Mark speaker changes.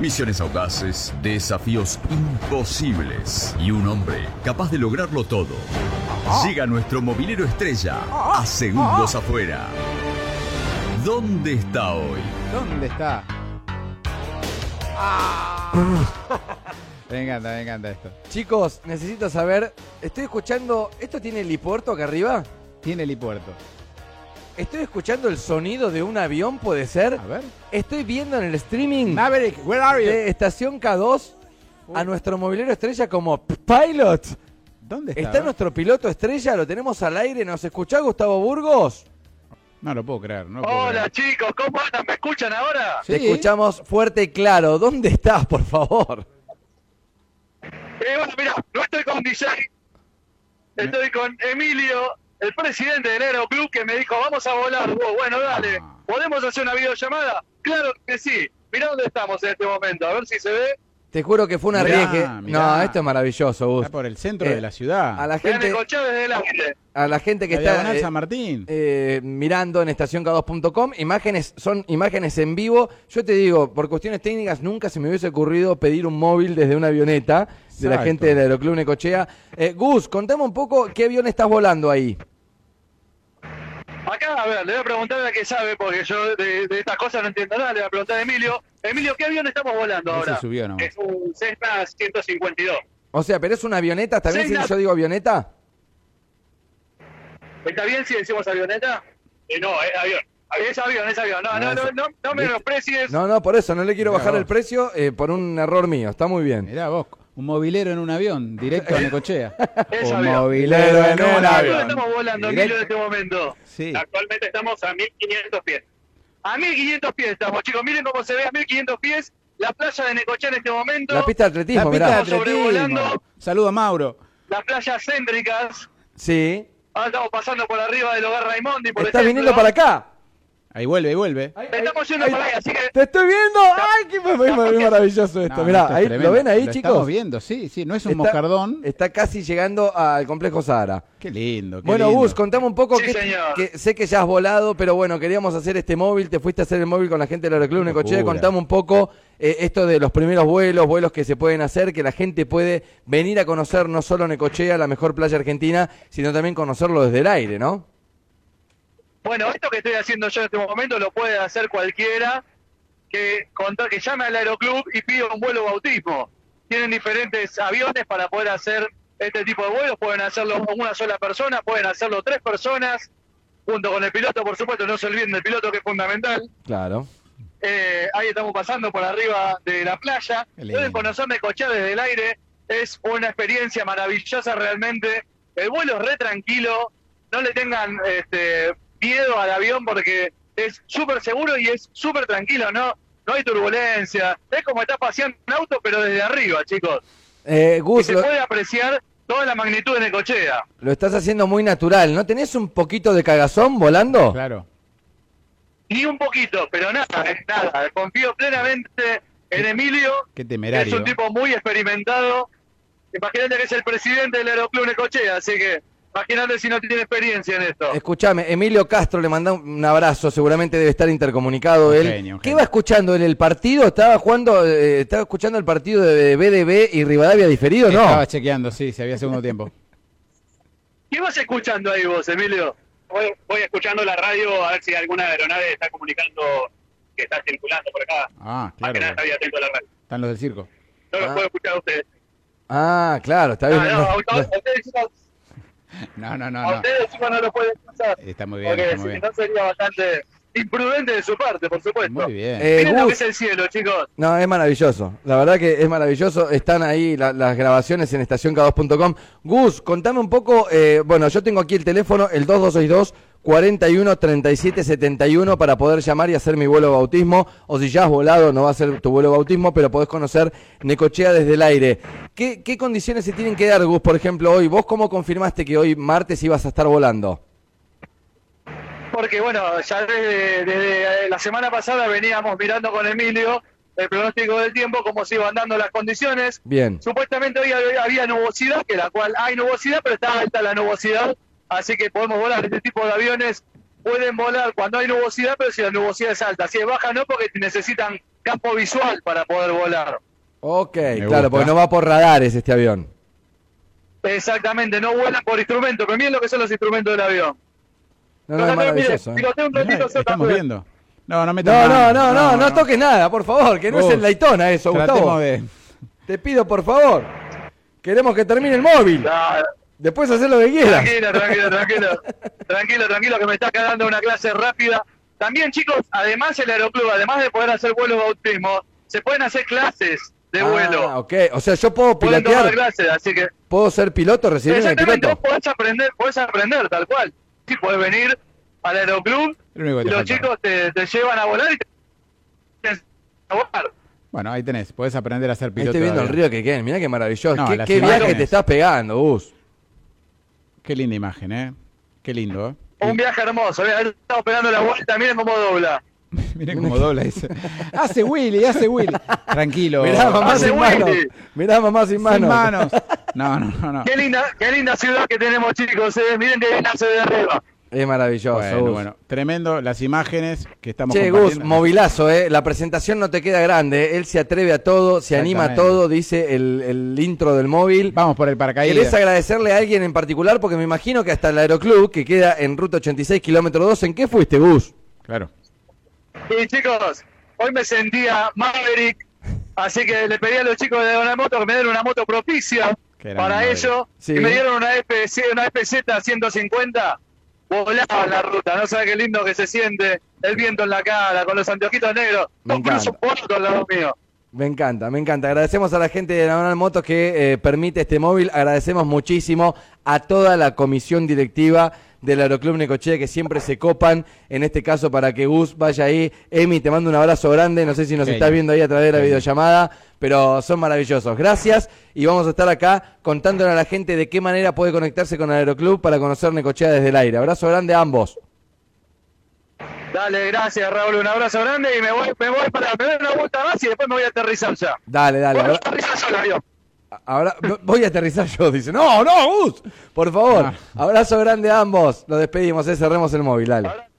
Speaker 1: Misiones audaces, desafíos imposibles y un hombre capaz de lograrlo todo. Llega nuestro movilero estrella a segundos afuera. ¿Dónde está hoy?
Speaker 2: ¿Dónde está?
Speaker 3: Ah.
Speaker 2: Me encanta, me encanta esto.
Speaker 3: Chicos, necesito saber. Estoy escuchando. ¿Esto tiene helipuerto acá arriba?
Speaker 2: Tiene helipuerto.
Speaker 3: Estoy escuchando el sonido de un avión, puede ser.
Speaker 2: A ver.
Speaker 3: Estoy viendo en el streaming
Speaker 2: Maverick, where are you?
Speaker 3: de estación K2 a nuestro movilero estrella como p- pilot.
Speaker 2: ¿Dónde está?
Speaker 3: Está nuestro piloto estrella, lo tenemos al aire. ¿Nos escuchá, Gustavo Burgos?
Speaker 2: No lo puedo creer, no lo puedo
Speaker 4: Hola
Speaker 2: creer.
Speaker 4: chicos, ¿cómo andan? ¿Me escuchan ahora?
Speaker 3: Te
Speaker 2: Sí.
Speaker 3: escuchamos fuerte y claro. ¿Dónde estás, por favor?
Speaker 4: Eh, bueno, mira, no estoy con DJ, estoy con Emilio, el presidente del Aero Club que me dijo, vamos a volar. vos". Bueno, dale,
Speaker 2: Ah.
Speaker 4: ¿podemos hacer una videollamada? Claro que sí. Mirá dónde estamos en este momento, a ver si se ve.
Speaker 3: Te juro que fue un
Speaker 2: Mirá,
Speaker 3: arriesgue.
Speaker 2: mirá.
Speaker 3: No, esto es maravilloso, Gus.
Speaker 2: Está por el centro
Speaker 3: Eh,
Speaker 2: de la ciudad.
Speaker 3: A la
Speaker 4: Vean
Speaker 3: gente,
Speaker 4: el Chávez del aire.
Speaker 3: a la gente que
Speaker 2: La
Speaker 3: está
Speaker 2: Diagonal
Speaker 3: eh,
Speaker 2: San Martín.
Speaker 3: eh, mirando en estacionk2.com, imágenes son imágenes en vivo. Yo te digo, por cuestiones técnicas nunca se me hubiese ocurrido pedir un móvil desde una avioneta de la
Speaker 2: Exacto.
Speaker 3: gente del Aeroclub Necochea. Eh, Gus, contame un poco qué avión estás volando ahí.
Speaker 4: Acá, a ver, le voy a preguntar a que sabe, porque yo de, de estas cosas no entiendo nada. Le voy a preguntar a Emilio. Emilio, ¿qué avión estamos volando
Speaker 2: Ese
Speaker 4: ahora?
Speaker 2: subió nomás.
Speaker 4: Es un Cessna 152.
Speaker 3: O sea, pero es una avioneta, ¿está bien
Speaker 4: Sí,
Speaker 3: si
Speaker 4: no.
Speaker 3: yo digo avioneta?
Speaker 4: ¿Está bien si decimos avioneta? Eh, no, es avión. Es avión, es avión. No, no,
Speaker 3: No,
Speaker 4: no,
Speaker 3: es-
Speaker 4: no, no me menosprecies.
Speaker 3: No, no, por eso, no le quiero
Speaker 2: Mirá
Speaker 3: bajar
Speaker 2: vos.
Speaker 3: el precio eh, por un error mío, está muy bien.
Speaker 2: Mirá vos, un movilero en un avión, directo a Necochea.
Speaker 4: Es
Speaker 2: un
Speaker 4: avión.
Speaker 2: movilero en un
Speaker 4: ¿Dónde
Speaker 2: avión.
Speaker 4: estamos volando, Emilio, en este momento?
Speaker 2: Sí.
Speaker 4: Actualmente estamos a 1500 pies. A 1500 pies estamos, chicos. Miren cómo se ve a 1500 pies la playa de Necochea en este momento.
Speaker 3: La pista de atletismo,
Speaker 2: La pista
Speaker 3: mirá.
Speaker 2: de atletismo.
Speaker 4: Sobrevolando.
Speaker 2: Saludo a Mauro.
Speaker 4: Las playas céntricas.
Speaker 3: Sí.
Speaker 4: Ahora estamos pasando por arriba del hogar Raimondi, por
Speaker 3: Estás
Speaker 4: ejemplo.
Speaker 3: viniendo para acá.
Speaker 2: Ahí vuelve, ahí vuelve.
Speaker 4: Estamos yendo
Speaker 3: Ahí-
Speaker 4: para ahí, así que...
Speaker 3: ¡Te estoy viendo! ¡Ay, qué me- me- me- maravilloso esto!
Speaker 2: No,
Speaker 3: Mirá,
Speaker 2: esto es
Speaker 3: ahí, ¿lo
Speaker 2: tremendo.
Speaker 3: ven ahí,
Speaker 2: Lo Estamos
Speaker 3: chicos?
Speaker 2: viendo, sí, sí, no es un
Speaker 3: Está-
Speaker 2: moscardón.
Speaker 3: Está casi llegando al complejo Sahara.
Speaker 2: Qué lindo, qué
Speaker 3: Bueno,
Speaker 2: lindo.
Speaker 3: Gus, contame un poco
Speaker 4: Sí,
Speaker 3: que,
Speaker 4: señor.
Speaker 3: que sé que ya has volado, pero bueno, queríamos hacer este móvil, te fuiste a hacer el móvil con la gente del Aeroclub
Speaker 2: Qué
Speaker 3: Necochea,
Speaker 2: locura.
Speaker 3: contame un poco eh, esto de los primeros vuelos, vuelos que se pueden hacer, que la gente puede venir a conocer no solo Necochea, la mejor playa argentina, sino también conocerlo desde el aire, ¿no?
Speaker 4: Bueno, esto que estoy haciendo yo en este momento lo puede hacer cualquiera que, contra- que llame al aeroclub y pida un vuelo bautismo. Tienen diferentes aviones para poder hacer este tipo de vuelos. Pueden hacerlo con una sola persona, pueden hacerlo tres personas, junto con el piloto, por supuesto. No se olviden del piloto, que es fundamental.
Speaker 3: Claro.
Speaker 4: Eh, ahí estamos pasando por arriba de la playa.
Speaker 2: Qué lindo.
Speaker 4: Pueden conocer Necochea desde el aire. Es una experiencia maravillosa realmente. El vuelo es re tranquilo. No le tengan este, miedo al avión porque es súper seguro y es súper tranquilo, ¿no? No hay turbulencia. Es como estar paseando en auto, pero desde arriba, chicos.
Speaker 3: Eh,
Speaker 4: Y
Speaker 3: Gus,
Speaker 4: se
Speaker 3: lo,
Speaker 4: puede apreciar toda la magnitud de Necochea.
Speaker 3: lo estás haciendo muy natural, ¿no? ¿Tenés un poquito de cagazón volando?
Speaker 2: Claro.
Speaker 4: Ni un poquito, pero nada, eh, nada. Confío plenamente en Emilio.
Speaker 2: Qué temerario.
Speaker 4: Es un tipo muy experimentado. Imagínate que es el presidente del Aeroclub Necochea, así que imagínate si no tiene experiencia en esto.
Speaker 3: Escuchame, Emilio Castro le manda un abrazo, seguramente debe estar intercomunicado
Speaker 2: Un
Speaker 3: él.
Speaker 2: genio, un
Speaker 3: ¿Qué
Speaker 2: genio.
Speaker 3: va escuchando él el partido? ¿Estaba jugando, eh, estaba escuchando el partido de BDB y Rivadavia diferido o no?
Speaker 2: Estaba chequeando, sí, si había segundo tiempo.
Speaker 4: ¿Qué vas escuchando ahí vos, Emilio?
Speaker 5: voy, voy escuchando la radio a ver si alguna aeronave está comunicando que está circulando por acá.
Speaker 2: Ah,
Speaker 5: Más que
Speaker 2: claro.
Speaker 5: nada estaría atento a la radio.
Speaker 2: Están los del circo.
Speaker 5: No los
Speaker 3: Ah.
Speaker 5: puedo escuchar a ustedes.
Speaker 3: Ah, claro, está bien.
Speaker 4: Ah,
Speaker 3: no,
Speaker 4: no, a ustedes-
Speaker 3: no.
Speaker 4: a ustedes chicos-
Speaker 2: No, no,
Speaker 4: a
Speaker 2: no, no.
Speaker 4: ustedes, chicos, no lo pueden escuchar.
Speaker 2: Está muy bien,
Speaker 4: porque
Speaker 2: está
Speaker 4: si
Speaker 2: muy bien.
Speaker 4: no sería bastante imprudente de su parte, por supuesto.
Speaker 2: Muy bien.
Speaker 3: Eh,
Speaker 4: Miren lo que
Speaker 3: Gus.
Speaker 4: es el cielo, chicos.
Speaker 3: No, es maravilloso. La verdad que es maravilloso. Están ahí la- las grabaciones en estacionk2.com. Gus, contame un poco. eh, bueno, yo tengo aquí el teléfono, el 2262 41 37 71 para poder llamar y hacer mi vuelo bautismo. O si ya has volado, no va a ser tu vuelo bautismo, pero podés conocer Necochea desde el aire. ¿Qué, qué condiciones se tienen que dar, Gus? Por ejemplo, hoy, ¿vos cómo confirmaste que hoy martes ibas a estar volando?
Speaker 4: Porque bueno, ya desde, desde eh, la semana pasada veníamos mirando con Emilio el pronóstico del tiempo, cómo se iban dando las condiciones.
Speaker 3: Bien.
Speaker 4: Supuestamente hoy había- había nubosidad, que la cual hay nubosidad, pero está alta la nubosidad, así que podemos volar. Este tipo de aviones pueden volar cuando hay nubosidad, pero si la nubosidad es alta. Si es baja no, porque necesitan campo visual para poder volar.
Speaker 3: Ok,
Speaker 2: gusta.
Speaker 3: claro, porque no va por radares este avión.
Speaker 4: Exactamente, no vuelan por instrumento, pero miren lo que son los instrumentos del avión.
Speaker 3: No, no, es
Speaker 4: Miren,
Speaker 3: maravilloso. ¿eh?
Speaker 4: piloteo un ratito,
Speaker 2: Mirá,
Speaker 4: yo
Speaker 2: estamos
Speaker 4: también.
Speaker 2: viendo. No, no me
Speaker 3: No, no, no, no, no toques nada, por favor, que no es
Speaker 2: Gus,
Speaker 3: el Daytona eso, Gustavo.
Speaker 2: Tratemos de...
Speaker 3: Te pido, por favor. Queremos que termine el móvil.
Speaker 4: Ah,
Speaker 3: Después hacer lo que quieras.
Speaker 4: Tranquilo, tranquilo, tranquilo. Tranquilo, tranquilo, que me está dando una clase rápida. También, chicos, además el aeroclub, además de poder hacer vuelos de bautismo, se pueden hacer clases de
Speaker 3: Ah,
Speaker 4: vuelo.
Speaker 3: ok. O sea, yo puedo
Speaker 4: Pueden tomar
Speaker 3: pilotear.
Speaker 4: clases, así que.
Speaker 3: Puedo ser piloto, recibirme de
Speaker 4: Exactamente,
Speaker 3: piloto.
Speaker 4: vos podés aprender, podés aprender tal cual. Sí, podés venir al aeroclub,
Speaker 2: Lo único que
Speaker 4: y
Speaker 2: te
Speaker 4: los
Speaker 2: falta.
Speaker 4: chicos te, te llevan a volar y te te enseñan a volar.
Speaker 2: Bueno, ahí tenés. Podés aprender a ser
Speaker 3: Ahí
Speaker 2: piloto.
Speaker 3: estoy viendo
Speaker 2: de
Speaker 3: el
Speaker 2: avión.
Speaker 3: río que queda. Mirá qué maravilloso.
Speaker 2: No,
Speaker 3: qué
Speaker 2: las
Speaker 3: qué viaje
Speaker 2: imágenes.
Speaker 3: te estás pegando, Gus.
Speaker 2: Qué linda imagen, ¿eh? Qué lindo, ¿eh?
Speaker 4: Un viaje hermoso, mirá, él está operando la vuelta, miren cómo dobla.
Speaker 2: Miren cómo dobla ese. Hace Willy, hace Willy. Tranquilo.
Speaker 3: Mirá, mamá
Speaker 4: Hace
Speaker 3: sin
Speaker 4: Wendy.
Speaker 3: manos. Mirá, mamá sin
Speaker 2: Oh. Sin
Speaker 3: manos.
Speaker 2: manos. No, no, no. no.
Speaker 3: Ah.
Speaker 4: Qué linda, qué linda ciudad que tenemos, chicos. eh, Miren que linda se ve de arriba.
Speaker 3: Es maravilloso,
Speaker 2: Bueno,
Speaker 3: Gus.
Speaker 2: bueno. Tremendo las images que estamos
Speaker 3: Che, Gus,
Speaker 2: compartiendo.
Speaker 3: movilazo, ¿eh? La presentación no te queda grande. eh. Él se atreve a todo, se anima a
Speaker 2: Exactamente.
Speaker 3: todo, dice el, el intro del móvil.
Speaker 2: Vamos por el
Speaker 3: ¿Querés
Speaker 2: paracaídas.
Speaker 3: agradecerle a alguien en particular? Porque me imagino que hasta el aeroclub, que queda en ruta 86, kilómetro 2, ¿en qué fuiste, Gus?
Speaker 2: Claro.
Speaker 4: Y chicos, hoy me sentía Maverick, así que le pedí a los chicos de una moto que me dieran una moto propicia
Speaker 2: Qué grande,
Speaker 4: para
Speaker 2: Maverick.
Speaker 4: ello.
Speaker 3: Sí.
Speaker 4: Y me dieron una, FZ, una FZ 150. Volaba en la ruta, no sabes qué lindo que se siente. El viento en la cara, con los anteojitos negros.
Speaker 3: Me
Speaker 4: Dos cruzos
Speaker 3: encanta.
Speaker 4: por al lado mío.
Speaker 3: Me encanta, me encanta. Agradecemos a la gente de Nacional Motos que eh, permite este móvil. Agradecemos muchísimo a toda la comisión directiva del Aeroclub Necochea que siempre se copan. En este caso, para que Gus vaya ahí. Emi, te mando un abrazo grande. No sé si nos
Speaker 2: Genio.
Speaker 3: estás viendo ahí a través de la
Speaker 2: Genio.
Speaker 3: videollamada, pero son maravillosos. Gracias y vamos a estar acá contándole a la gente de qué manera puede conectarse con el Aeroclub para conocer Necochea desde el aire. Abrazo grande a ambos.
Speaker 4: Dale, gracias Raúl, un abrazo grande y me voy, me voy para me doy una vuelta más y después me voy a aterrizar ya.
Speaker 3: Dale, dale.
Speaker 4: Bueno,
Speaker 3: abra-
Speaker 4: aterriza yo el avión.
Speaker 3: Ahora voy a aterrizar yo, dice. No, no, Gus. Por favor. Abrazo grande a ambos. Los despedimos, eh, cerremos el móvil, dale.
Speaker 4: Abrazo.